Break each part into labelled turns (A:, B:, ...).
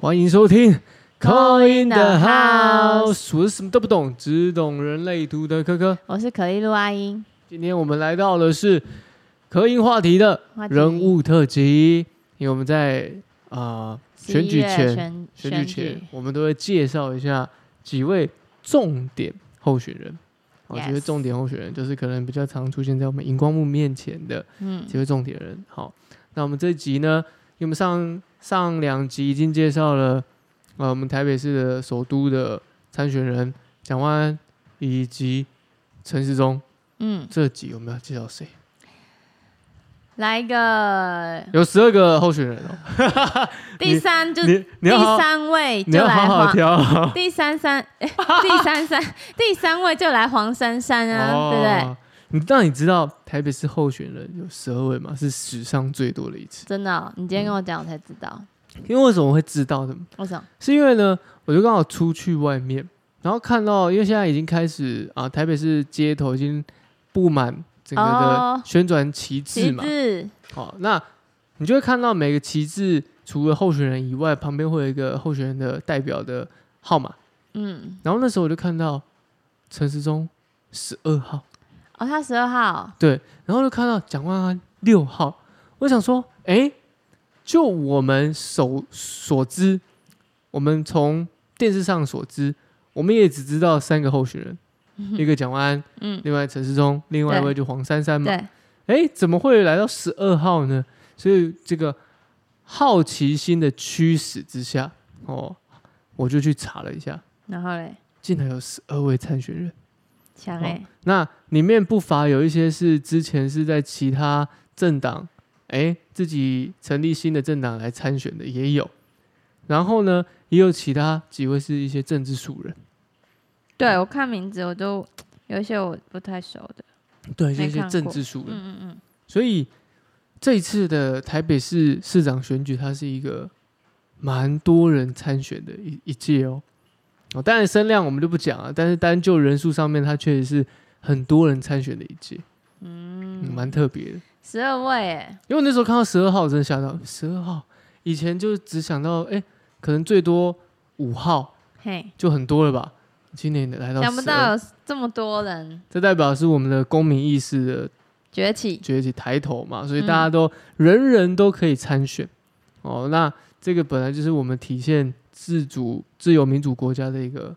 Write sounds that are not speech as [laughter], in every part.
A: 欢迎收听《Call in the
B: Call in the
A: House》，我是什么都不懂，只懂人类图的科科。
B: 我是可丽露阿英，
A: 今天我们来到的是科音话题的
B: 话题
A: 人物特辑，因为我们在啊、呃
B: 11
A: 选举
B: 月
A: 前
B: 选
A: 选举前，我们都会介绍一下几位重点候选人。我觉得
B: Yes
A: 重点候选人就是可能比较常出现在我们荧光幕面前的
B: 嗯，
A: 几位重点人。好，那我们这一集呢，因为我们上上两集已经介绍了，呃，我们台北市的首都的参选人蒋万安以及陈时中，
B: 嗯，
A: 这集我们要介绍谁？
B: 来一个
A: 有十二个候选人哦，
B: 第三，嗯就
A: 你你
B: 第
A: 要好好
B: 三位
A: 你
B: 就
A: 要
B: 来
A: 好好
B: 黄，
A: 挑哦、
B: 第三三， [laughs] 哎第三三，第三位就来黄珊珊啊，对不对？
A: 哦你让你知道台北市候选人有十二位嘛，是史上最多的一次。
B: 真的哦，你今天跟我讲，我才知道，
A: 因为为什么会知道的？
B: 我想，
A: 是因为呢，我就刚好出去外面，然后看到，因为现在已经开始啊，台北市街头已经布满整个的
B: 哦
A: 宣传旗帜
B: 旗
A: 嘛。
B: 帜，
A: 好、那你就会看到每个旗帜除了候选人以外，旁边会有一个候选人的代表的号码。
B: 嗯，
A: 然后那时候我就看到陈时中十二号，
B: 哦，他十二号，
A: 对，然后就看到蒋万安六号，我想说，哎，就我们所所知，我们从电视上所知，我们也只知道三个候选人，一个蒋万安，
B: 嗯
A: 另外陈世忠，另外一
B: 对
A: 位就黄珊珊嘛。
B: 对，
A: 哎，怎么会来到十二号呢？所以这个好奇心的驱使之下，哦，我就去查了一下，
B: 然后嘞，
A: 竟然有十二位参选人。
B: 强
A: 好
B: 哎，
A: 那里面不乏有一些是之前是在其他政党，哎、自己成立新的政党来参选的也有，然后呢，也有其他几位是一些政治素人，
B: 对我看名字我都有一些我不太熟的，
A: 对，
B: 没
A: 就一些
B: 看
A: 政
B: 过
A: 治素人。
B: 嗯嗯嗯，
A: 所以这一次的台北市市长选举，它是一个蛮多人参选的一一届哦。哦，当然声量我们就不讲了，但是单就人数上面，它确实是很多人参选的一届，嗯，蛮特别的。
B: 十二位哎，
A: 因为我那时候看到十二号，我真的吓到十二号。以前就只想到，哎、可能最多五号
B: 嘿。
A: 就很多了吧。今年来到
B: 想不
A: 十二，
B: 到有这么多人
A: 这代表是我们的公民意识的
B: 崛起，
A: 崛起抬头嘛，所以
B: 嗯
A: 大家都、人人都可以参选。哦，那这个本来就是我们体现自主、自由、民主国家的一个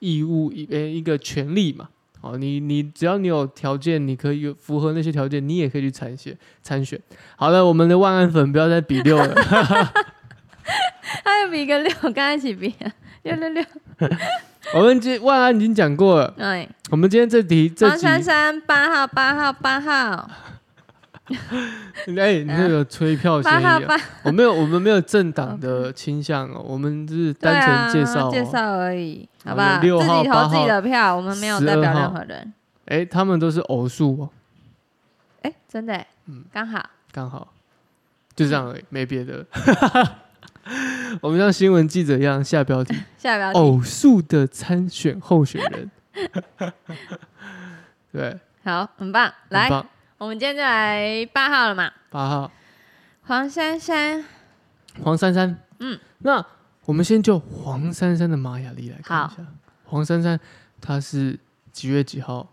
A: 义务，一呃一个权利嘛。哦，你你只要你有条件，你可以有符合那些条件，你也可以去参选参选。好了，我们的万安粉不要再比六了。
B: 他又比一个六，跟他一起比六六六，
A: 我们今万安已经讲过了，
B: 哎，
A: 我们今天这题这
B: 黄
A: 集，
B: 珊
A: 哎、
B: 珊八号八号八号
A: 哎你这个吹
B: [laughs]
A: 票嫌
B: 八
A: 疑、
B: 号
A: 啊，
B: 八，
A: 我没有，我们没有政党的倾向哦，我们只是单纯介
B: 对
A: 绍、
B: 啊、
A: 哦
B: 介绍而已，
A: 我
B: 好
A: 们
B: 吧？自
A: 6号
B: 己
A: 8
B: 投自己的票，我们没有代表任何人。
A: 哎、他们都是偶数哦，
B: 哎，真的，
A: 嗯
B: 刚好
A: 刚好就这样而已，没别的。 [laughs] 我们像新闻记者一样下标题：
B: 下一标题
A: 偶数的参选候选人。 [laughs] 对，很
B: 好，很棒。来，
A: 棒
B: 我们今天就来八号了嘛，
A: 八号
B: 黄珊珊。
A: 黄珊珊。
B: 嗯，
A: 那我们先就黄珊珊的玛雅历来看一下。黄珊珊她是几月几号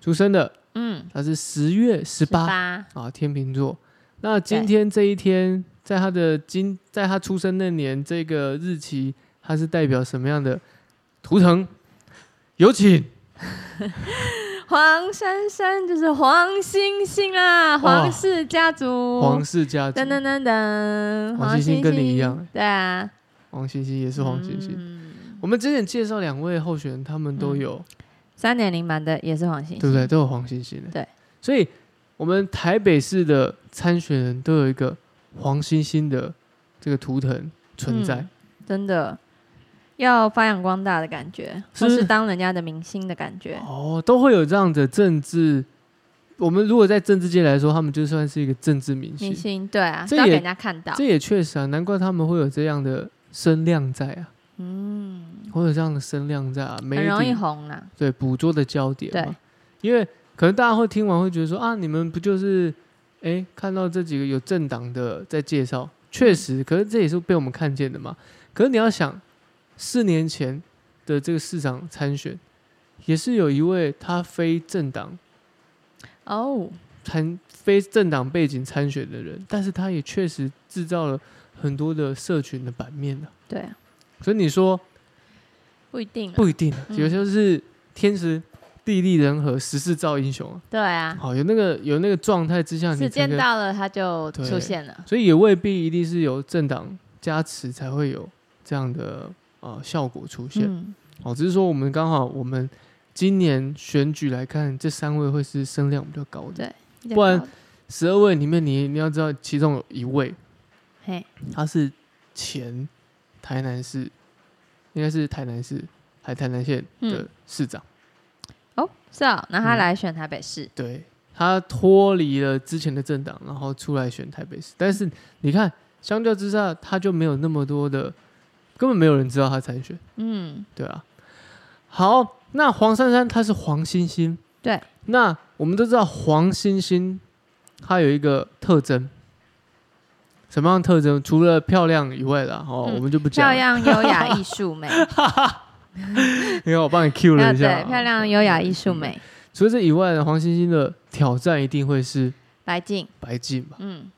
A: 出生的？
B: 嗯，
A: 她是十月十
B: 十
A: 八
B: 八，
A: 啊，天秤座。那今
B: 对
A: 天这一天，在他的今，在他出生那年这个日期，它是代表什么样的图腾？有请
B: 黄珊珊就是黄星星啊，
A: 哦
B: 黄氏家族，
A: 皇室家族
B: 噔，噔噔噔，
A: 黄星星跟你一样
B: 星，对啊，
A: 王欣欣也是黄欣欣。
B: 嗯，
A: 我们之前介绍两位候选人，他们都有，
B: 三点零版的也是黄星星，
A: 对不对？？都有黄欣欣的。
B: 对，
A: 所以我们台北市的参选人都有一个黄欣欣的这个图腾存在。
B: 嗯真的要发扬光大的感觉，
A: 是
B: 或是当人家的明星的感觉，
A: 哦，都会有这样的政治。我们如果在政治界来说，他们就算是一个政治明星，
B: 明星对啊，
A: 这
B: 都要
A: 也
B: 给人家看到，
A: 这也确实啊，难怪他们会有这样的声量在啊，
B: 嗯，
A: 会有这样的声量在啊，媒
B: 很容易
A: 体
B: 红啦，
A: 对捕捉的焦点
B: 对
A: 嘛。因为可能大家会听完会觉得说啊，你们不就是哎看到这几个有政党的在介绍，确
B: 嗯
A: 实，可是这也是被我们看见的嘛。可是你要想，四年前的这个市长参选，也是有一位他非政党
B: 哦，
A: 参非政党背景参选的人，但是他也确实制造了很多的社群的版面啊。
B: 对啊，
A: 所以你说
B: 不一定啊，
A: 不一定啊，
B: 嗯
A: 有时候是天时地利人和，时势造英雄啊。
B: 对啊，
A: 好，有那个有那个状态之下，你
B: 时
A: 才
B: 间
A: 可以
B: 到了他就
A: 对
B: 出现了，
A: 所以也未必一定是由政党加持才会有这样的呃效果出现。
B: 嗯，
A: 哦，只是说我们刚好我们今年选举来看，这三位会是声量比较高的。
B: 对比较
A: 不然
B: 高的
A: 十二位里面你，你要知道，其中有一位
B: 嘿，
A: 他是前台南市，应该是台南市还台南县的
B: 嗯
A: 市长，
B: 哦，是哦，那他
A: 嗯
B: 来选台北市，
A: 对他脱离了之前的政党，然后出来选台北市。但是你看，相较之下，他就没有那么多的，根本没有人知道他参选。
B: 嗯，
A: 对啊。好，那黄珊珊她是黄星星，
B: 对。
A: 那我们都知道黄星星，它有一个特征，什么样的特征？除了漂亮以外啦，哦，
B: 嗯
A: 我们就不讲
B: 漂
A: [laughs] 了。
B: 亮、优雅、艺
A: [laughs]
B: 术美，啊，
A: 因为我帮你 Q 了一下、
B: 对，漂。亮、优雅、艺术
A: [laughs]
B: 美，
A: 除了这以外呢，黄星星的挑战一定会是
B: 白净，
A: 白净吧？
B: 嗯，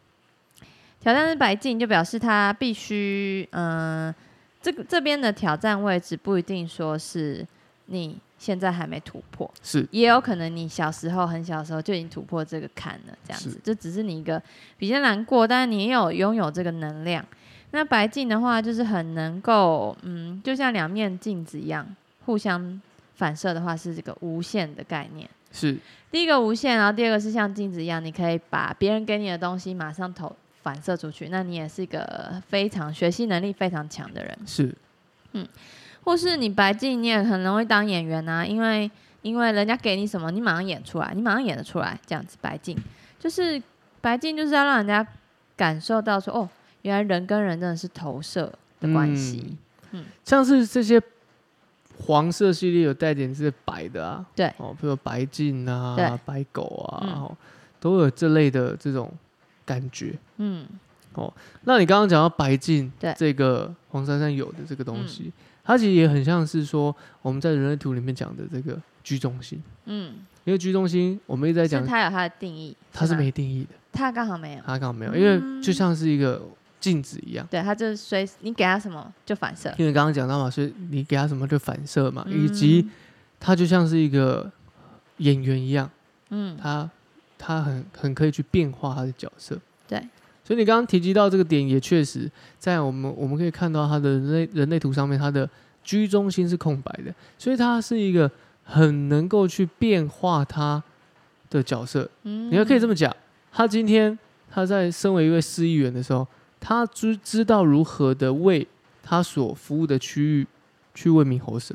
B: 挑战是白净，就表示他必须，嗯、这个这边的挑战位置不一定说是你现在还没突破，
A: 是，
B: 也有可能你小时候很小时候就已经突破这个坎了，这样
A: 是
B: 子，这只是你一个比较难过，但是你也有拥有这个能量。那白净的话，就是很能够，嗯，就像两面镜子一样，互相反射的话是这个无限的概念。
A: 是，
B: 第一个无限，然啊后第二个是像镜子一样，你可以把别人给你的东西马上投反射出去，那你也是一个非常学习能力非常强的人。
A: 是，
B: 或是你白净，你也很容易当演员啊，因为因为人家给你什么，你马上演出来，你马上演得出来，这样子白净就是白净就是要让人家感受到说，哦，原来人跟人真的是投射的关系，
A: 嗯
B: 嗯，
A: 像是这些黄色系列有带点是白的啊，
B: 对
A: 哦，比如白净
B: 对
A: 啊、白狗啊，
B: 嗯
A: 哦，都有这类的这种感觉。
B: 嗯，
A: 那你刚刚讲到白净，
B: 对嗯
A: 这个黄珊珊有的这个东西，它其实也很像是说我们在人类图里面讲的这个居中心，
B: 嗯，
A: 因为居中心我们一直在
B: 是
A: 讲
B: 他有他的定义，
A: 它是
B: 吗
A: 没定义的，
B: 他刚好没有，
A: 它刚好没有，因为就像是一个镜子一样。
B: 对，他就是随你给他什么就反射，
A: 因为刚刚讲到嘛，所以你给他什么就反射嘛，以
B: 嗯
A: 及他就像是一个演员一样，
B: 嗯，
A: 他他很很可以去变化他的角色。
B: 对，
A: 所以你刚刚提及到这个点，也确实在我们我们可以看到他的人类人类图上面，他的居中心是空白的，所以他是一个很能够去变化他的角色。
B: 嗯
A: 你也可以这么讲，他今天他在身为一位市议员的时候，他知知道如何的为他所服务的区域去为民喉舌。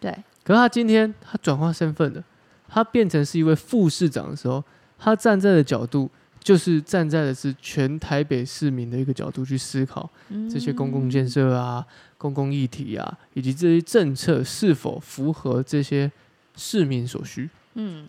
B: 对，
A: 可是他今天他转换身份了，他变成是一位副市长的时候，他站在的角度就是站在的是全台北市民的一个角度去思考这些公共建
B: 设，
A: 设啊、公共议题啊，以及这些政策是否符合这些市民所需。
B: 嗯。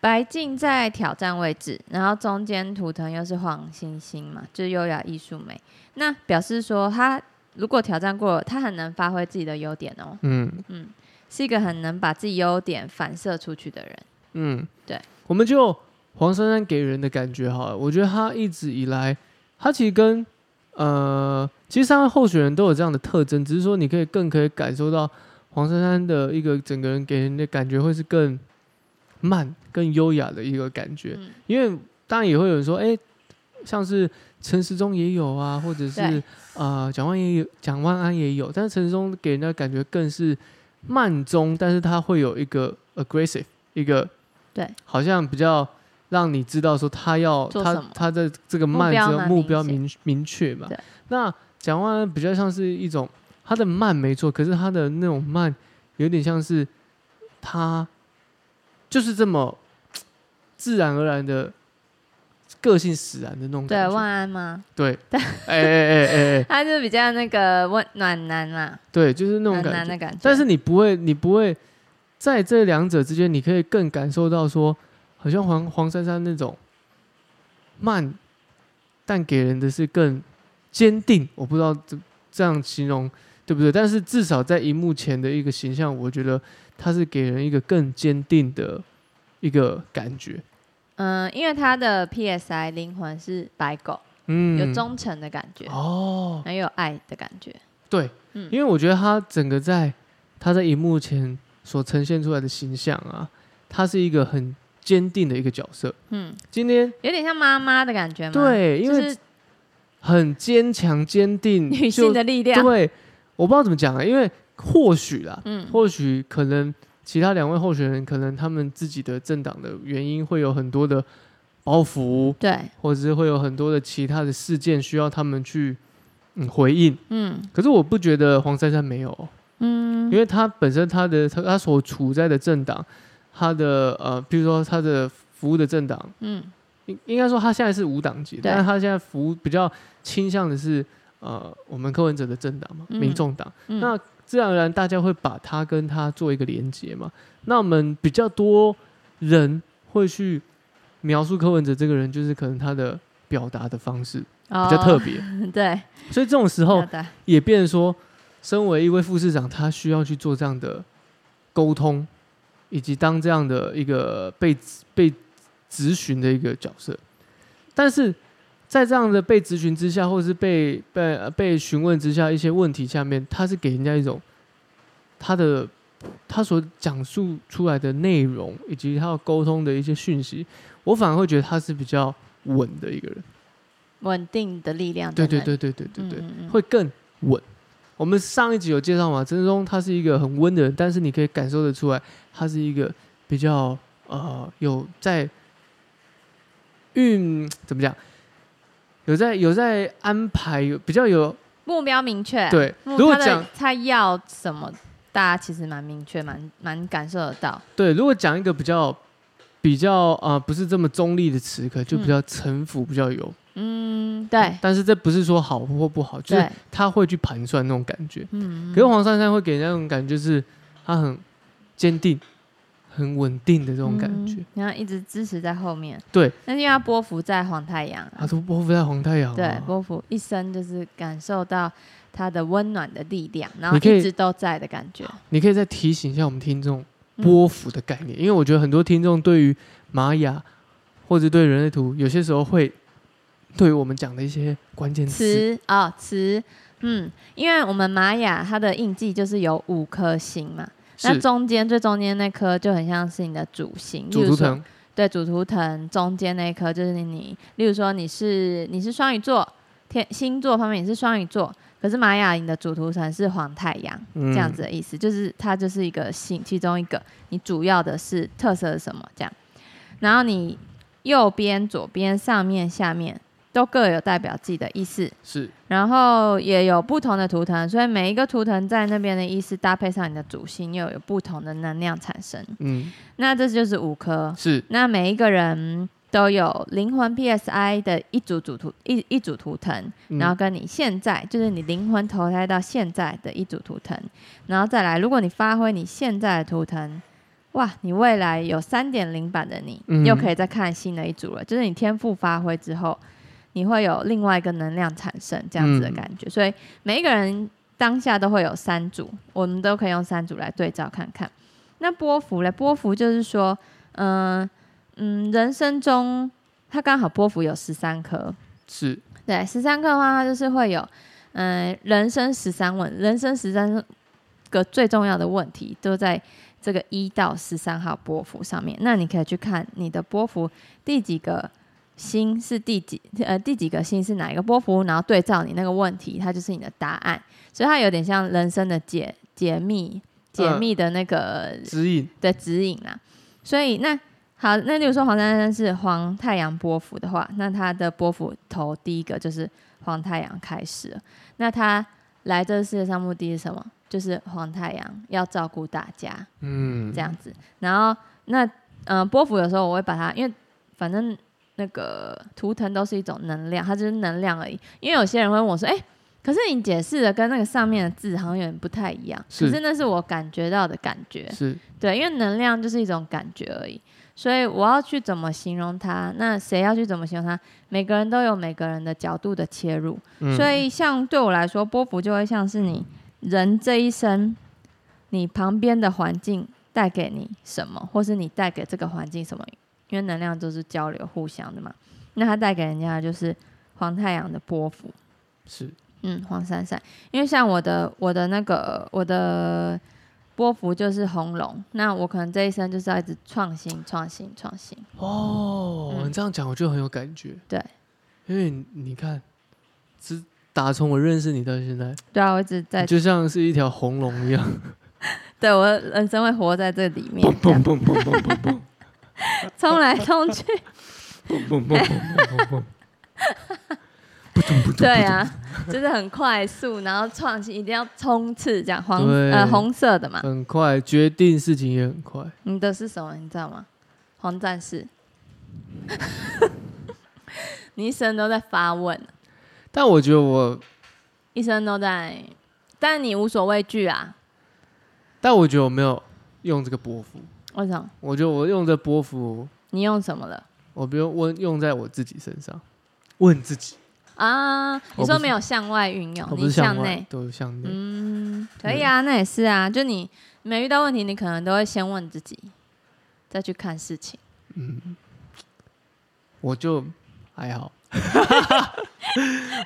B: 白净在挑战位置，然后中间图腾又是黄星星嘛，就是优雅艺术美。那表示说他如果挑战过了，他很能发挥自己的优点哦，
A: 嗯，
B: 嗯，是一个很能把自己优点反射出去的人。
A: 嗯，
B: 对，
A: 我们就黄珊珊给人的感觉好了，我觉得她一直以来，她其实跟呃，其实三位候选人都有这样的特征，只是说你可以更可以感受到黄珊珊的一个整个人给人的感觉会是更慢、更优雅的一个感觉，
B: 嗯
A: 因为当然也会有人说，哎、像是陈时中也有啊，或者是
B: 对
A: 啊蒋万也有，蒋万安也有，但是陈时中给人家感觉更是慢中，但是他会有一个 aggressive，一个
B: 对，
A: 好像比较让你知道说他要
B: 做
A: 他
B: 什么
A: 他的这个慢
B: 目标
A: 之后
B: 蛮
A: 目
B: 明
A: 标
B: 显
A: 明明确嘛
B: 对。
A: 那蒋万安比较像是一种他的慢没错，可是他的那种慢有点像是他就是这么自然而然的个性使然的那种
B: 对，
A: 嗯感觉。
B: 万安吗？ [laughs]
A: 对，哎哎哎哎哎，
B: 他就是比较那个温暖男啦，
A: 对，就是那种
B: 暖
A: 感
B: 男
A: 觉。
B: 的感觉。
A: 但是你不会，你不会在这两者之间，你可以更感受到说，好像黄黄珊珊那种慢，但给人的是更坚定，我不知道这这样形容对不对，但是至少在荧幕前的一个形象，我觉得他是给人一个更坚定的一个感觉。
B: 嗯，因为他的 PSI 灵魂是白狗，
A: 嗯，
B: 有忠诚的感觉，
A: 哦，
B: 然后又有爱的感觉。
A: 对，
B: 嗯
A: 因为我觉得他整个在他在荧幕前所呈现出来的形象啊，他是一个很坚定的一个角色。
B: 嗯，
A: 今天
B: 有点像妈妈的感觉吗？，
A: 对，因
B: 就
A: 为
B: 是
A: 很坚强、坚定，
B: 女
A: 就
B: 性的力量。
A: 对，我不知道怎么讲啊，因为或许啦，
B: 嗯
A: 或许可能其他两位候选人可能他们自己的政党的原因会有很多的包袱，
B: 对，
A: 或者是会有很多的其他的事件需要他们去嗯回应。
B: 嗯
A: 可是我不觉得黄珊珊没有哦，
B: 嗯，
A: 因为他本身他的他他所处在的政党，他的呃，比如说他的服务的政党，
B: 嗯
A: 应应该说他现在是无党籍，但是他现在服务比较倾向的是呃，我们柯文哲的政党嘛，
B: 嗯
A: 民众党。
B: 嗯
A: 那自然而然大家会把他跟他做一个连接嘛。那我们比较多人会去描述柯文哲这个人，就是可能他的表达的方式比
B: 比
A: 较特别，
B: 哦对，
A: 所以这种时
B: 好
A: 候
B: 的，
A: 也变成说，身为一位副市长，他需要去做这样的沟通，以及当这样的一个被被咨询的一个角色。但是在这样的被咨询之下，或是被被呃被询问之下，一些问题下面，他是给人家一种他的他所讲述出来的内容，以及他要沟通的一些讯息，我反而会觉得他是比较稳的一个人。
B: 稳定的力量在
A: 对
B: 那里。
A: 对对对对对
B: 嗯，
A: 对。
B: 嗯嗯
A: 会更稳。我们上一集有介绍嘛，陈志忠他是一个很温的人，但是你可以感受得出来，他是一个比较呃有在运怎么讲，有在有在安排，有比较有
B: 目标明确。
A: 对
B: 目
A: 如果
B: 哎他的
A: 讲
B: 他要什么，大家其实蛮明确，蛮蛮感受得到。
A: 对。如果讲一个比较比较啊、呃不是这么中立的词，可能就比较城府比较有，
B: 嗯，对
A: 但是这不是说好或不好，就是
B: 对，
A: 他会去盘算那种感觉。
B: 嗯，
A: 可是黄珊珊会给人家那种感觉，就是她很坚定、很稳定的这
B: 这
A: 种感觉。，
B: 嗯然后一直支持在后面。
A: 对，
B: 那是因为他波幅在黄太阳啊
A: 她都波伏在黄太阳、啊，
B: 对，波伏一生就是感受到他的温暖的力量，然后
A: 你可以
B: 一直都在的感觉。
A: 你可以再提醒一下我们听众波幅的概念，因为我觉得很多听众对于玛雅或者对人类图，有些时候会对于我们讲的一些关键嗯词，
B: 词哦，词，嗯，因为我们玛雅它的印记就是有五颗星嘛，那
A: 是
B: 中间最中间那颗就很像是你的主星，
A: 主
B: 例如
A: 图
B: 说
A: 腾，
B: 对，主图腾中间那一颗就是你，例如说你是你是双鱼座，天星座方面也是双鱼座，可是玛雅你的主图腾是黄太阳，
A: 嗯
B: 这样子的意思，就是它就是一个星其中一个，你主要的是特色是什么这样，然后你右边、左边、上面、下面都各有代表自己的意思，
A: 是
B: 然后也有不同的图腾，所以每一个图腾在那边的意思搭配上你的主星，又有不同的能量产生，
A: 嗯
B: 那这就是五颗，
A: 是
B: 那每一个人都有灵魂 PSI 的一组主图一一组图腾，
A: 嗯
B: 然后跟你现在就是你灵魂投胎到现在的一组图腾，然后再来，如果你发挥你现在的图腾，哇，你未来有三点零版的你，
A: 嗯
B: 又可以再看新的一组了，就是你天赋发挥之后，你会有另外一个能量产生这样子的
A: 嗯
B: 感觉，所以每一个人当下都会有三组，我们都可以用三组来对照看看。那波幅嘞，波幅就是说，嗯、嗯，人生中它刚好波幅有十三颗，
A: 是
B: 对，十三颗的话，它就是会有，嗯、人生十三问，人生十三个最重要的问题都在这个一到十三号波幅上面。那你可以去看你的波幅第几个星是第几，呃，第几个星是哪一个波幅，然后对照你那个问题，它就是你的答案。所以它有点像人生的解解密。解密的那个
A: 指引，
B: 的指引啦。所以那好，那例如说黄珊珊是黄太阳波幅的话，那她的波幅头第一个就是黄太阳开始了。那她来这个世界上目的是什么？就是黄太阳要照顾大家
A: 嗯，
B: 这样子。然后那嗯、呃波幅有时候我会把它，因为反正那个图腾都是一种能量，它就是能量而已。因为有些人会问我说，哎、可是你解释的跟那个上面的字好像有点不太一样，
A: 是
B: 可是那是我感觉到的感觉，
A: 是
B: 对，因为能量就是一种感觉而已，所以我要去怎么形容它？那谁要去怎么形容它？每个人都有每个人的角度的切入，
A: 嗯
B: 所以像对我来说，波幅就会像是你人这一生，你旁边的环境带给你什么，或是你带给这个环境什么，因为能量都是交流互相的嘛。那它带给人家的就是黄太阳的波幅，
A: 是
B: 嗯，黄闪闪，因为像我的我的那个我的波幅就是红龙，那我可能这一生就是要一直创新、创新、创新。
A: 哦，
B: 嗯
A: 你这样讲我就很有感觉。
B: 对，
A: 因为你你看，自打从我认识你到现在，
B: 对啊，我一直
A: 你
B: 在，
A: 就像是一条红龙一样，
B: 对我的人生会活在这里面
A: 蹦，
B: 这
A: 蹦
B: 样
A: 蹦蹦蹦蹦蹦
B: 冲来冲去。
A: 蹦蹦蹦蹦蹦蹦。
B: 对啊， [laughs] 就是很快速，然后创新一定要冲刺，这样黄
A: 对
B: 呃红色的嘛。
A: 很快，决定事情也很快。
B: 你的是什么？你知道吗？黄战士。 [laughs] 你一生都在发问，
A: 但我觉得我，
B: 一生都在，但你无所畏惧啊？
A: 但我觉得我没有用这个波幅。
B: 为什么？
A: 我觉得我用这波幅，
B: 你用什么了？
A: 我不用问用在我自己身上，问自己，
B: 啊，
A: 我
B: 你
A: 不
B: 说
A: 是
B: 没有向外运用
A: 我，不
B: 你
A: 是向
B: 向
A: 外
B: 内，，
A: 都向内。
B: 嗯，可以啊，那也是啊，就你每遇到问题，你可能都会先问自己，再去看事情。
A: 我就还好， [laughs]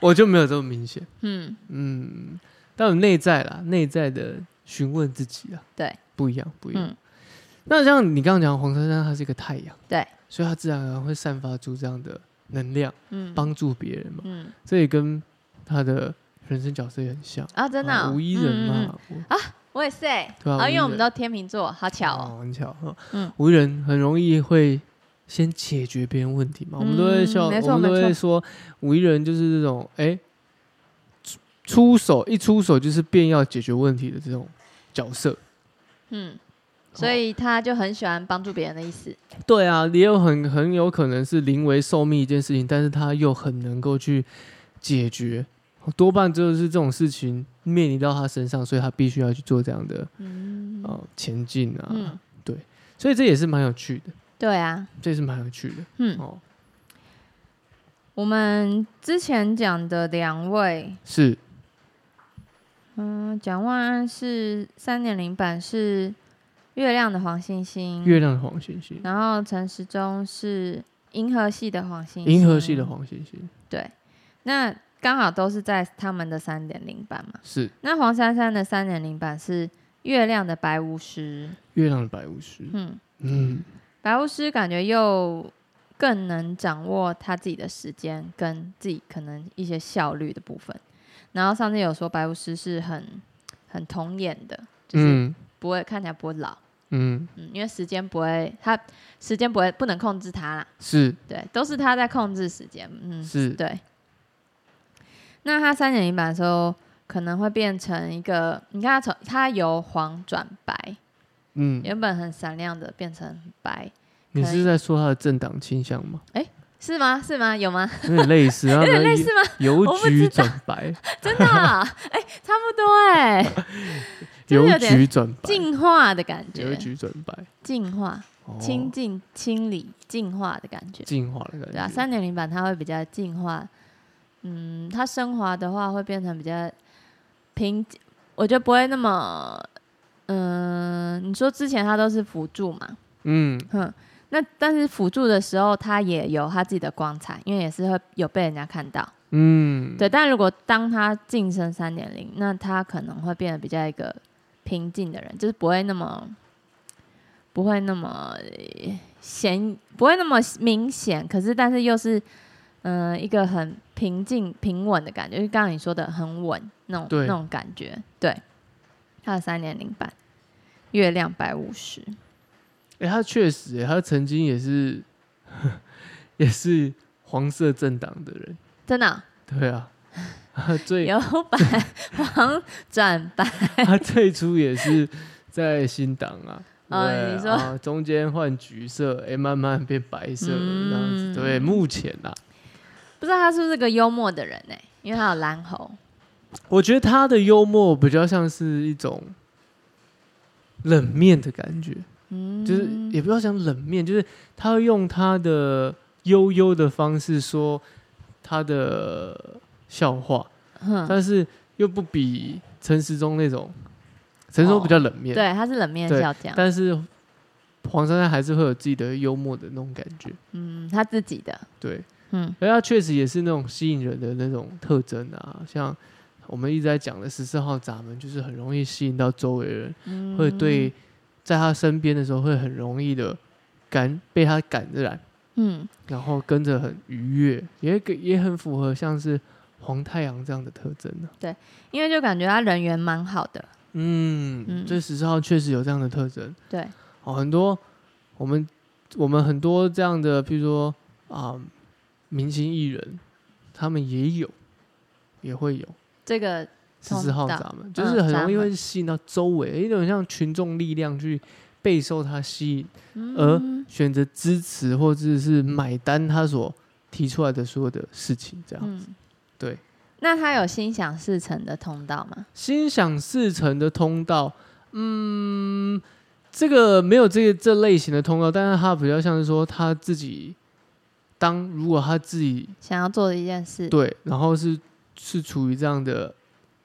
A: 我就没有这么明显。
B: 嗯，
A: 嗯，但有内在啦，内在的询问自己啊，
B: 对，
A: 不一样，不一样。
B: 嗯
A: 那像你刚刚讲黄珊珊，她是一个太阳，
B: 对，
A: 所以她自然而然会散发出这样的能量，
B: 嗯
A: 帮助别人嘛。
B: 嗯
A: 这也跟她的人生角色也很像，
B: 啊，真的
A: 啊
B: 哦
A: 无一人
B: 嗯嗯嗯
A: 嘛，我
B: 我也是哎，
A: 对啊
B: 啊，因
A: 无一
B: 为我
A: 人
B: 们都天秤座，好巧哦，
A: 哦，很巧。嗯
B: 嗯，
A: 无人很容易会先解决别人问题嘛，我们都会笑，
B: 嗯没错
A: 我们都
B: 没错
A: 会说，无一人就是这种哎、出出手一出手就是便要解决问题的这种角色。
B: 嗯，所以他就很喜欢帮助别人的意思，
A: 对啊，也有很很有可能是临危受命一件事情，但是他又很能够去解决，多半就是这种事情面临到他身上，所以他必须要去做这样的
B: 嗯
A: 呃前进啊，
B: 嗯，
A: 所以这也是蛮有趣的，
B: 对啊，
A: 这也是蛮有趣的
B: 嗯，
A: 哦，
B: 我们之前讲的两位，
A: 是
B: 嗯，蒋万安是三点零版是月亮的黄星星，
A: 月亮的黄星星。
B: 然后陈时中是银河系的黄星星，
A: 银河系的黄星星
B: 对，那刚好都是在他们的三点零版嘛。
A: 是
B: 那黄珊珊的三点零版是月亮的白巫师，
A: 月亮的白巫师。
B: 嗯，
A: 嗯，
B: 白巫师感觉又更能掌握他自己的时间跟自己可能一些效率的部分。然后上次有说白巫师是很很童颜的，就是
A: 嗯
B: 不会、看起来不会老，
A: 嗯
B: 嗯，因为时间不会，他时间不会不能控制他啦，
A: 是
B: 对，都是他在控制时间，嗯，
A: 是
B: 对。那他三点零版的时候，可能会变成一个，你看他从他由黄转白，
A: 嗯，
B: 原本很闪亮的变成白，
A: 你是在说他的政党倾向吗？
B: 是吗？是吗？
A: [laughs]
B: 有吗？
A: 有点类似，有
B: 有点类似吗？
A: 邮
B: 我不
A: 局
B: 知
A: 转白，
B: 真的啊、哎、差不多
A: [laughs]
B: 哎、 [laughs] 真
A: 邮
B: 的有点
A: 局转白，
B: 进化的感
A: 邮
B: 觉，
A: 局转白，
B: 进化、
A: 哦
B: 清净、清理、进化的感觉。
A: 进化的
B: 对啊，
A: 感觉。
B: 三点零版它会比较进化，嗯，它升华的话会变成比较平，我觉得不会那么，嗯、你说之前它都是辅助嘛，
A: 嗯，
B: 哼，那但是辅助的时候它也有它自己的光彩，因为也是会有被人家看到，
A: 嗯，
B: 对。但如果当它晋升三点零，那它可能会变得比较一个平静的人，就是不会那么。不会那么呃显，不会那么明显，可是但是又是，嗯、一个很平静、平稳的感觉，就是刚刚你说的很稳那种
A: 对
B: 那种感觉。对，还有三点零版，月亮白五十，
A: 哎，他确实欸，他曾经也是 [laughs] 也是黄色政党的人，
B: 真的啊、
A: 对啊， [laughs] 他最
B: 有版黄转版， [laughs]
A: 他最初也是在新党啊。
B: 哦
A: 对
B: 你说
A: 啊、中间换橘色，哎、慢慢变白色、
B: 嗯
A: 这样子。对，目前啊，
B: 不知道他是不是个幽默的人呢、因为他有蓝猴，
A: 我觉得他的幽默比较像是一种冷面的感觉，
B: 嗯，
A: 就是也不要讲冷面，就是他会用他的悠悠的方式说他的笑话，
B: 哼，
A: 但是又不比陈时中那种，陈时中比较冷面，
B: 对，他是冷面
A: 对
B: 笑匠，
A: 但是黄珊珊还是会有自己的幽默的那种感觉，
B: 嗯，他自己的，
A: 对，
B: 嗯
A: 而他确实也是那种吸引人的那种特征啊，像我们一直在讲的十四号闸门，就是很容易吸引到周围人，
B: 嗯，
A: 会对在他身边的时候会很容易的感被他感染。
B: 嗯，
A: 然后跟着很愉悦，也给也很符合像是黄太阳这样的特征啊呢、
B: 因为就感觉他人缘蛮好的，
A: 嗯，
B: 嗯
A: 这十四号确实有这样的特征
B: 对，
A: 哦，很多我们我们很多这样的，譬如说啊、明星艺人，他们也有，也会有
B: 这个
A: 十
B: 通
A: 四号
B: 道嗯
A: 闸门，就是很容易
B: 闸门
A: 会吸引到周围，有一种像群众力量去备受他吸引，而
B: 嗯
A: 选择支持或者是买单他所提出来的所有的事情，这样。
B: 嗯，
A: 对。
B: 那他有心想事成的通道吗？
A: 心想事成的通道，嗯，这个没有这个这类型的通道，但是他比较像是说他自己当如果他自己
B: 想要做的一件事，
A: 对，然后是是处于这样的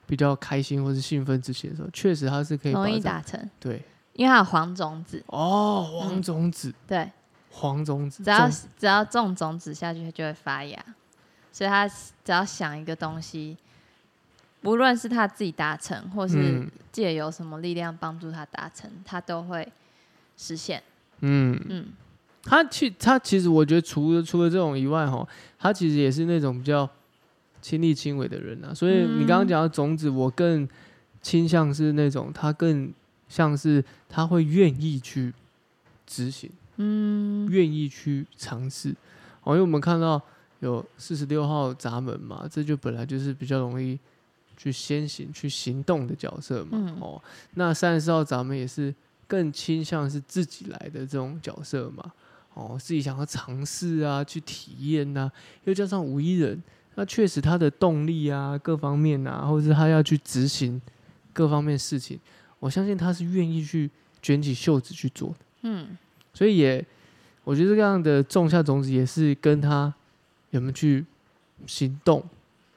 A: 比较开心或是兴奋之情的时候，确实他是可以把
B: 容易
A: 这种
B: 达成，
A: 对
B: 因为他有黄种子，
A: 哦，黄
B: 嗯
A: 种子，
B: 对，
A: 黄种子，
B: 只要
A: 种
B: 只要种种子下去，它就会发芽。所以他只要想一个东西，不论是他自己达成，或是
A: 嗯
B: 借由什么力量帮助他达成，他都会实现。
A: 嗯，
B: 嗯
A: 他其他其实我觉得除了除了这种以外，哈，他其实也是那种比较亲力亲为的人啊。所以你刚刚
B: 嗯
A: 讲到种子，我更倾向是那种他更像是他会愿意去执行，
B: 嗯
A: 愿意去尝试。哦，因为我们看到有四十六号闸门嘛，这就本来就是比较容易去先行去行动的角色嘛。
B: 嗯
A: 哦，那三十四号闸门也是更倾向是自己来的这种角色嘛。哦，自己想要尝试啊，去体验呐、又加上五一人，那确实他的动力啊，各方面啊，或者是他要去执行各方面事情，我相信他是愿意去卷起袖子去做的。
B: 嗯，
A: 所以也，我觉得这样的种下种子也是跟他有没有去行动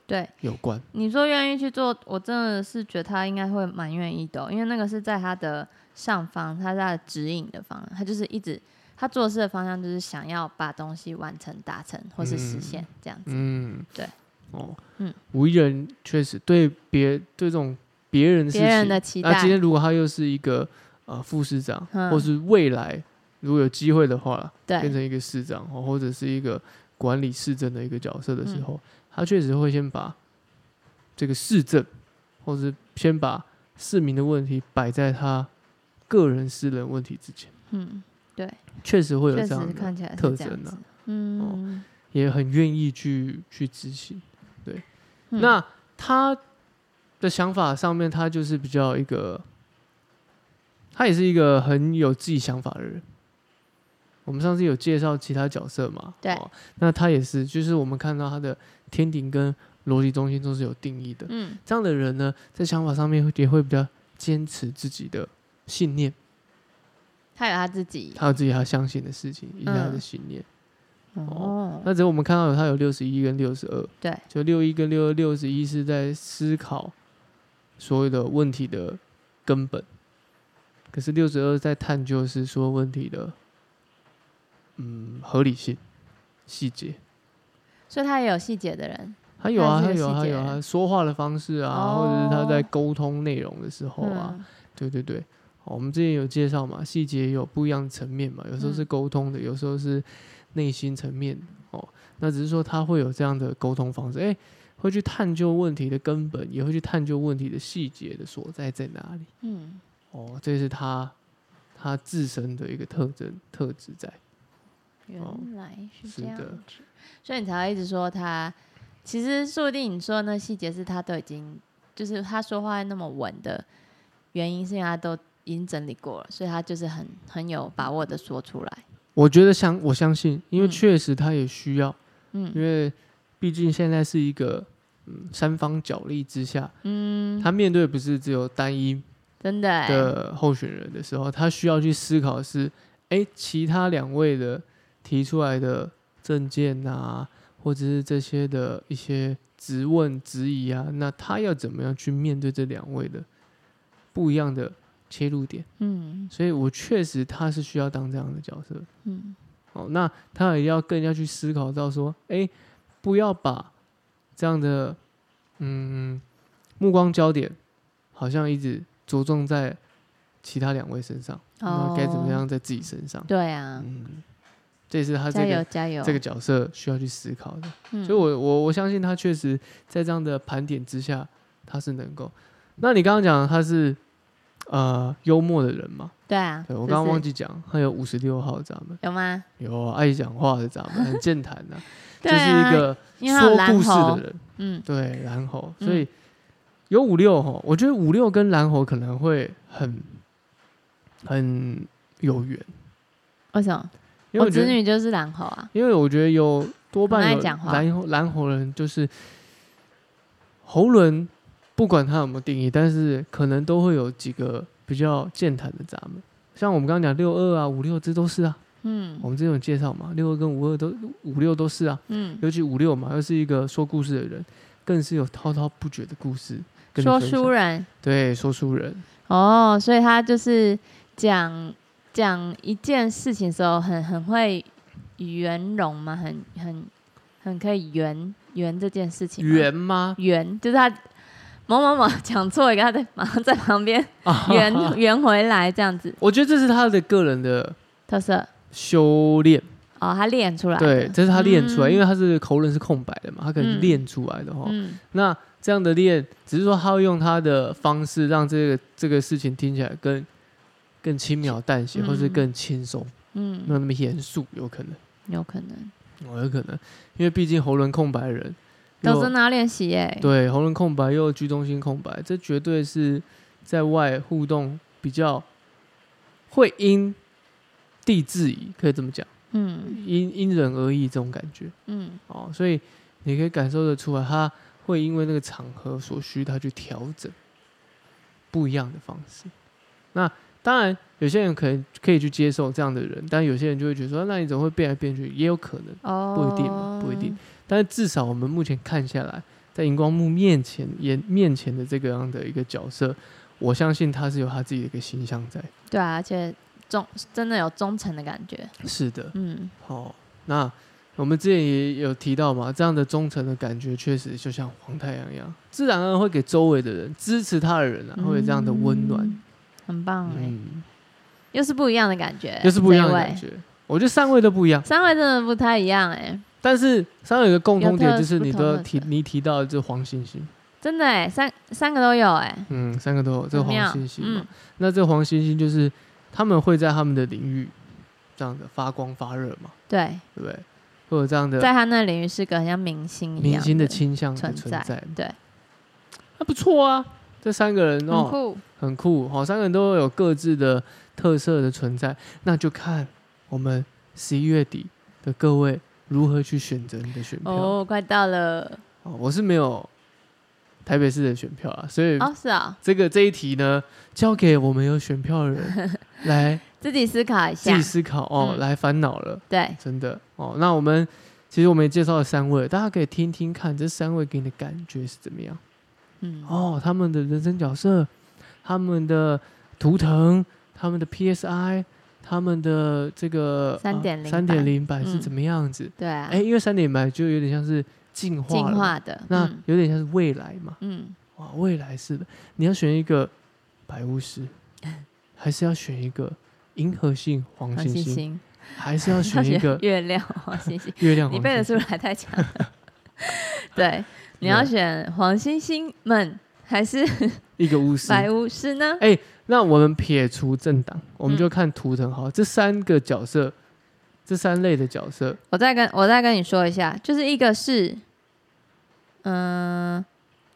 B: 对。
A: 有关。
B: 你说愿意去做，我真的是觉得他应该会蛮愿意的哦、因为那个是在他的上方，他在他的指引的方，他就是一直他做事的方向就是想要把东西完成、达成或是实现这样子。
A: 嗯，
B: 对，
A: 哦，
B: 嗯，
A: 无一人确实对别对这种别人的事
B: 别人
A: 情，
B: 的期待
A: 那，今天如果他又是一个呃副市长，
B: 嗯
A: 或是未来如果有机会的话啦，变
B: 对，
A: 成一个市长，哦或者是一个管理市政的一个角色的时
B: 嗯
A: 候，他确实会先把这个市政，或是先把市民的问题摆在他个人私人问题之前，
B: 嗯，对，
A: 确实会有
B: 确
A: 这
B: 实
A: 样的，
B: 看起来
A: 特
B: 是这样
A: 征啊
B: 子。嗯，
A: 也很愿意去去执行。对，
B: 嗯
A: 那他的想法上面，他就是比较一个，他也是一个很有自己想法的人。我们上次有介绍其他角色嘛？哦
B: 对
A: 那他也是，就是我们看到他的天顶跟逻辑中心都是有定义的。
B: 嗯
A: 这样的人呢，在想法上面也会比较坚持自己的信念，
B: 他有他自己
A: 他有自己他相信的事情，以及他的
B: 嗯
A: 信念。
B: 哦，
A: 那只有我们看到有他有六十一跟六十二，
B: 对，
A: 就六一跟六二六十一是在思考所有的问题的根本，可是六十二在探究是说问题的嗯合理性、细节。
B: 所以他也有细节的人，
A: 他有啊，
B: 他
A: 他
B: 也是
A: 有
B: 个
A: 啊，他
B: 细节哦
A: 有啊，说话的方式啊，或者是他在沟通内容的时候啊，
B: 嗯
A: 对对对，好我们之前有介绍嘛，细节有不一样的层面嘛，有时候是
B: 嗯
A: 沟通的，有时候是内心层面的哦。那只是说他会有这样的沟通方式，哎，会去探究问题的根本，也会去探究问题的细节的所在在哪里。
B: 嗯，
A: 哦，这是他他自身的一个特征特质在。哦
B: 原来是
A: 是
B: 这样
A: 的
B: 子，所以你才会一直说他。其实说不定你说的那细节是他都已经，就是他说话那么稳的原因，是因为他都已经整理过了，所以他就是很很有把握的说出来。
A: 我觉得相我相信，因为
B: 嗯
A: 确实他也需要，因
B: 嗯
A: 为毕竟现在是一个嗯三方角力之下，
B: 嗯，
A: 他面对不是只有单一
B: 真的、欸，
A: 的候选人的时候，他需要去思考的是，哎、其他两位的提出来的证件啊，或者是这些的一些质问、质疑啊，那他要怎么样去面对这两位的不一样的切入点？
B: 嗯
A: 所以我确实他是需要当这样的角色。
B: 嗯
A: 哦，那他也要更要去思考到说，哎，不要把这样的嗯目光焦点好像一直着重在其他两位身上，那该怎么
B: 哦
A: 样在自己身上？
B: 对啊，
A: 嗯，这也是他
B: 加
A: 这
B: 油
A: 个
B: 加油，
A: 这个角色需要去思考的。
B: 嗯
A: 所以我我我相信他确实在这样的盘点之下，他是能够。那你刚刚讲他是呃幽默的人嘛？
B: 对啊，
A: 对我
B: 就
A: 刚刚忘
B: 是
A: 记讲，他有五十六号咱们。
B: 有吗？
A: 有爱讲话的咱们，很健谈的、
B: 对
A: 就是
B: 啊
A: 一个
B: 因为他有
A: 说
B: 蓝
A: 故事
B: 猴
A: 的人。
B: 嗯，
A: 对，蓝猴，
B: 嗯
A: 所以有五六吼，我觉得五六跟蓝猴可能会很很有缘，
B: 为什么？
A: 因为
B: 我
A: 我觉
B: 侄
A: 得，
B: 哦女就是蓝猴啊，
A: 因为我觉得有多
B: 很
A: 半
B: 爱
A: 有
B: 讲话
A: 蓝猴蓝猴人就是喉轮，不管他有没有定义，但是可能都会有几个比较健谈的咱们。像我们刚刚讲六二啊、五六，这都是啊，
B: 嗯
A: 我们之前有介绍嘛，六二跟五二都五六都是啊，
B: 嗯，
A: 尤其五六嘛，又是一个说故事的人，更是有滔滔不绝的故事跟你
B: 说
A: 分
B: 书
A: 享
B: 人
A: 对说书人，
B: 哦，所以他就是讲讲一件事情的时候很很会圆融嘛，很很很可以圆圆这件事情吗，
A: 圆吗？
B: 圆就是他某某某讲错一个，他在马上在旁
A: [laughs]
B: 边圆圆回来这样子
A: 我觉得这是他的个人的
B: 特色
A: 修炼，
B: 哦，他练出来的
A: 对，这是他练出来，
B: 嗯
A: 因为他是口吻是空白的嘛，他可能
B: 嗯
A: 是练出来的哈。
B: 嗯
A: 那这样的练，只是说他会用他的方式让这个这个事情听起来更更轻描淡写，或是
B: 嗯
A: 更轻松，没
B: 嗯，
A: 有那么严肃，有可能，
B: 有可能
A: 哦有可能，因为毕竟喉咙空白的人
B: 都
A: 又
B: 真的要练习耶，
A: 对，喉咙空白又居中心空白，这绝对是在外互动比较会因地制宜，可以这么讲，
B: 嗯
A: 因因人而异这种感觉
B: 嗯
A: 哦，所以你可以感受得出来，他会因为那个场合所需，他去调整不一样的方式。那当然，有些人可能可以去接受这样的人，但有些人就会觉得说，那你怎么会变来变去？也有可能。
B: 哦，
A: 不一定嘛，不一定。但是至少我们目前看下来，在荧光幕面前眼面前的这个样的一个角色，我相信他是有他自己的一个形象在。
B: 对啊，而且忠真的有忠诚的感觉，
A: 是的，
B: 嗯
A: 哦，那我们之前也有提到嘛，这样的忠诚的感觉，确实就像黄太阳一样，自然而然会给周围的人支持他的人啊，会有这样的温暖。
B: 嗯很棒哎、
A: 嗯，
B: 又是不一样的感觉，
A: 又是不一样的
B: 这位
A: 感。觉。我觉得三位都不一样，
B: 三位真的不太一样哎、
A: 但是三位有一个共
B: 有
A: 通点，
B: 特
A: 就是你
B: 不
A: 都
B: 同的
A: 提
B: 点
A: 你提到的就是黄星星，
B: 真的哎、三三个都有哎、
A: 嗯，三个都有，这个
B: 很妙
A: 黄星星嘛，
B: 嗯
A: 那这黄星星就是他们会在他们的领域这样的发光发热嘛，
B: 对，
A: 对不对？会有这样的
B: 在他那领域是个很像明星一样
A: 明星的倾向的
B: 存
A: 存
B: 在
A: 在，
B: 对，
A: 那不错啊。这三个人
B: 很
A: 哦，
B: 酷，
A: 很酷，好、三个人都有各自的特色的存在，那就看我们十一月底的各位如何去选择你的选票。哦
B: 哦，快到了
A: 我是没有台北市的选票啊，所以
B: 哦，是啊、
A: 这个这一题呢，交给我们有选票的人来
B: 自己思考一
A: 自
B: 下
A: 己，思考哦，
B: 嗯
A: 来烦恼了。
B: 对，
A: 真的哦。那我们其实我们也介绍了三位，大家可以听听看这三位给你的感觉是怎么样
B: 嗯，
A: 哦。他们的人生角色、他们的图腾、他们的 PSI、他们的这个呃
B: 3.0
A: 三点零版
B: 版
A: 是怎么样子？
B: 对啊，
A: 哎、因为三点零版就有点像是进化
B: 进
A: 了嘛，
B: 化的，
A: 那
B: 嗯
A: 有点像是未来嘛。
B: 嗯，
A: 哇，未来是的，你要选一个白巫
B: [laughs]
A: 师，还是要选一个银河系黄
B: 黄
A: 星
B: 星
A: 星，
B: 星，
A: 还是要选
B: 要
A: 一个
B: 月亮黄
A: [laughs]
B: 星星，
A: 月亮黄
B: 你
A: 星
B: 背得
A: 星？
B: 出来太强了。 [laughs]
A: [laughs]
B: 对，你要选黄星星们还是
A: 一个巫师，
B: 白巫师呢？
A: 那我们撇除政党，我们
B: 嗯
A: 就看图腾好了，这三个角色，这三类的角色，
B: 我再跟我再跟你说一下，就是一个是，嗯、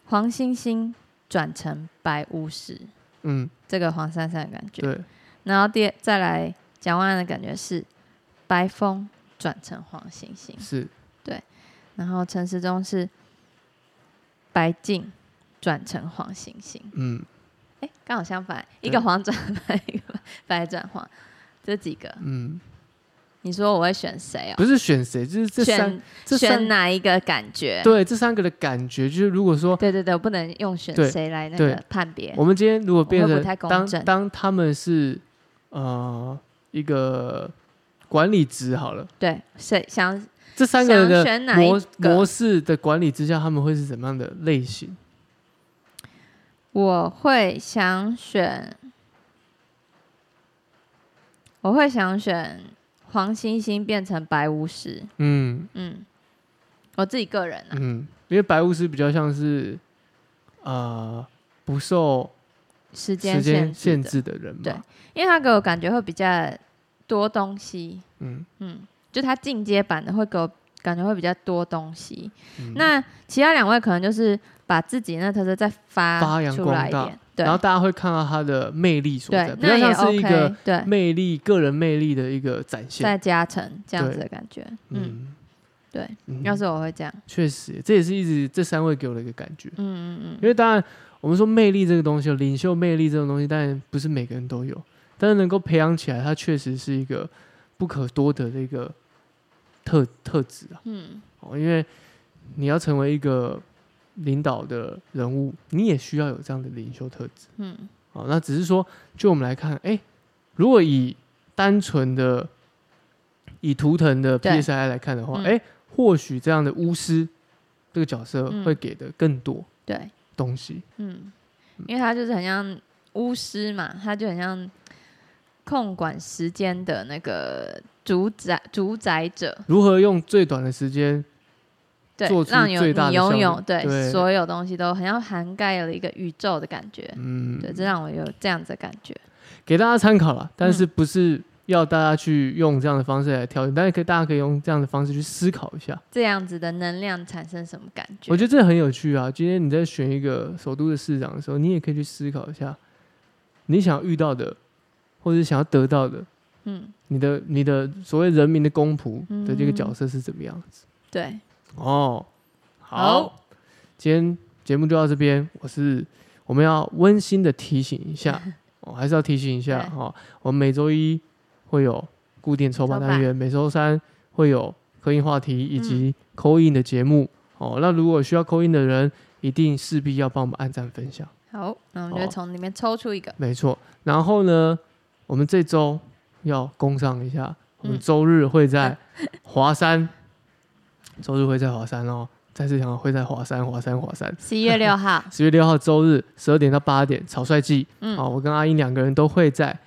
B: 黄星星转成白巫师，
A: 嗯，
B: 这个黄珊珊的感觉。
A: 对，
B: 然后第二再来蒋万安的感觉是白风转成黄星星，
A: 是
B: 然后陈时中是白净转成黄星星。
A: 嗯，
B: 哎，刚好相反，
A: 对
B: 一个黄转白，一个白 [laughs] 转黄，这几个，
A: 嗯，
B: 你说我会选谁哦？
A: 不是选谁，就是这三
B: 选
A: 这
B: 选
A: 三
B: 哪一个感觉？
A: 对这三个的感觉，就是如果说
B: 对对对，我不能用选
A: 对
B: 谁来那
A: 对
B: 个判别。
A: 我们今天如果变
B: 我会
A: 成
B: 不太公
A: 当
B: 正
A: 当他们是呃一个管理职好了，
B: 对，谁想
A: 这三个人
B: 想
A: 的
B: 选哪一
A: 模
B: 个
A: 模式的管理之下，他们会是怎么样的类型？
B: 我会想选，我会想选黄星星变成白巫师。
A: 嗯
B: 嗯，我自己个人啊，
A: 嗯，因为白巫师比较像是呃不受
B: 时间
A: 时间限
B: 限制的，
A: 制的人
B: 对
A: 嘛，
B: 因为他给我感觉会比较多东西。
A: 嗯
B: 嗯，就他进阶版的会给我感觉会比较多东西。
A: 嗯
B: 那其他两位可能就是把自己那特色再发
A: 发扬
B: 出
A: 光
B: 来一
A: 大
B: 点，对
A: 然后大家会看到他的魅力所在，
B: 对，
A: 比
B: 那
A: 较
B: 也
A: 像是一个
B: OK，对，
A: 魅力、个人魅力的一个展现。
B: 再加成这样子
A: 对
B: 的感觉。嗯，
A: 嗯，
B: 对，
A: 嗯
B: 要是我会这样，
A: 确实，这也是一直这三位给我的一个感觉。
B: 嗯嗯
A: 因为当然，我们说魅力这个东西，领袖魅力这种东西，当然不是每个人都有，但是能够培养起来，它确实是一个不可多得的一个特特质啊。
B: 嗯
A: 哦，因为你要成为一个领导的人物，你也需要有这样的领袖特质。
B: 嗯嗯，
A: 哦，那只是说，就我们来看，哎，如果以单纯的以图腾的
B: 对
A: PSI 来看的话，
B: 嗯
A: 哎、或许这样的巫师这个角色
B: 嗯
A: 会给的更多
B: 对，
A: 东西。
B: 嗯，因为他就是很像巫师嘛，他就很像控管时间的那个主宰主宰者，
A: 如何用最短的时间
B: 对
A: 做，出
B: 让有
A: 最大的
B: 你拥
A: 效
B: 有
A: 率
B: 对
A: 对
B: 所有东西都很像涵盖了一个宇宙的感觉，
A: 嗯，
B: 对，这让我有这样子的感觉。
A: 给大家参考了，但
B: 嗯
A: 是不是要大家去用这样的方式来挑选，但是可以大家可以用这样的方式去思考一下。
B: 这样子的能量产生什么感觉？
A: 我觉得这很有趣啊！今天你在选一个首都的市长的时候，你也可以去思考一下，你想要遇到的，或者想要得到的，
B: 嗯，
A: 你的你的所谓人民的公仆的这个角
B: 嗯
A: 色是怎么样子？
B: 对，
A: 哦，
B: 好
A: 今天节目就到这边。我是我们要温馨的提醒一
B: [laughs]
A: 下，哦，还是要提醒一下
B: 对
A: 哦。我们每周一会有固定抽
B: 抽
A: 榜
B: 吧
A: 单元，每周三会有科印话题以及
B: 嗯
A: 扣印的节目、哦。那如果需要扣印的人，一定势必要帮我们按赞分享，
B: 好，那我们就
A: 好
B: 从里面抽出一个，
A: 没错。然后呢，我们这周要工商一下，我们
B: 嗯
A: 周日会在华山，周日会在华山哦。再次强会在华山，华山，华山。
B: 十一月六号，
A: 十月六号周日十二点到八点，草率季啊、
B: 嗯，
A: 我跟阿英两个人都会在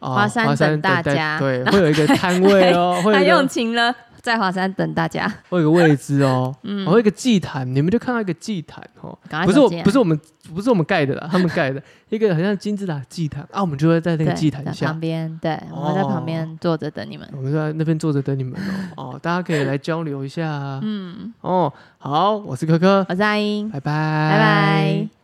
A: 啊、
B: 华山等大
A: 待
B: 家
A: 对，会有一个摊位
B: [laughs]
A: 哦，会有
B: 他
A: 一
B: 用
A: 个
B: 情了，在华山等大家，
A: 会有一个位置哦，
B: 嗯
A: 然，后一个祭坛，你们就看到一个祭坛哦，
B: 赶快
A: 不是我
B: 走进来
A: 不是我们不是我们盖的啦，他们盖的 [laughs] 一个很像金字塔祭坛啊，我们就会在那个
B: 对
A: 祭坛
B: 在
A: 下
B: 旁。边，对，我们在
A: 哦
B: 旁边坐着等你们，
A: 我们就在那边坐着等你们
B: [laughs]
A: 哦，哦，大家可以来交流一下啊。
B: 嗯，
A: 哦，好，我是柯柯，
B: 我是阿英，
A: 拜拜，拜
B: 拜拜。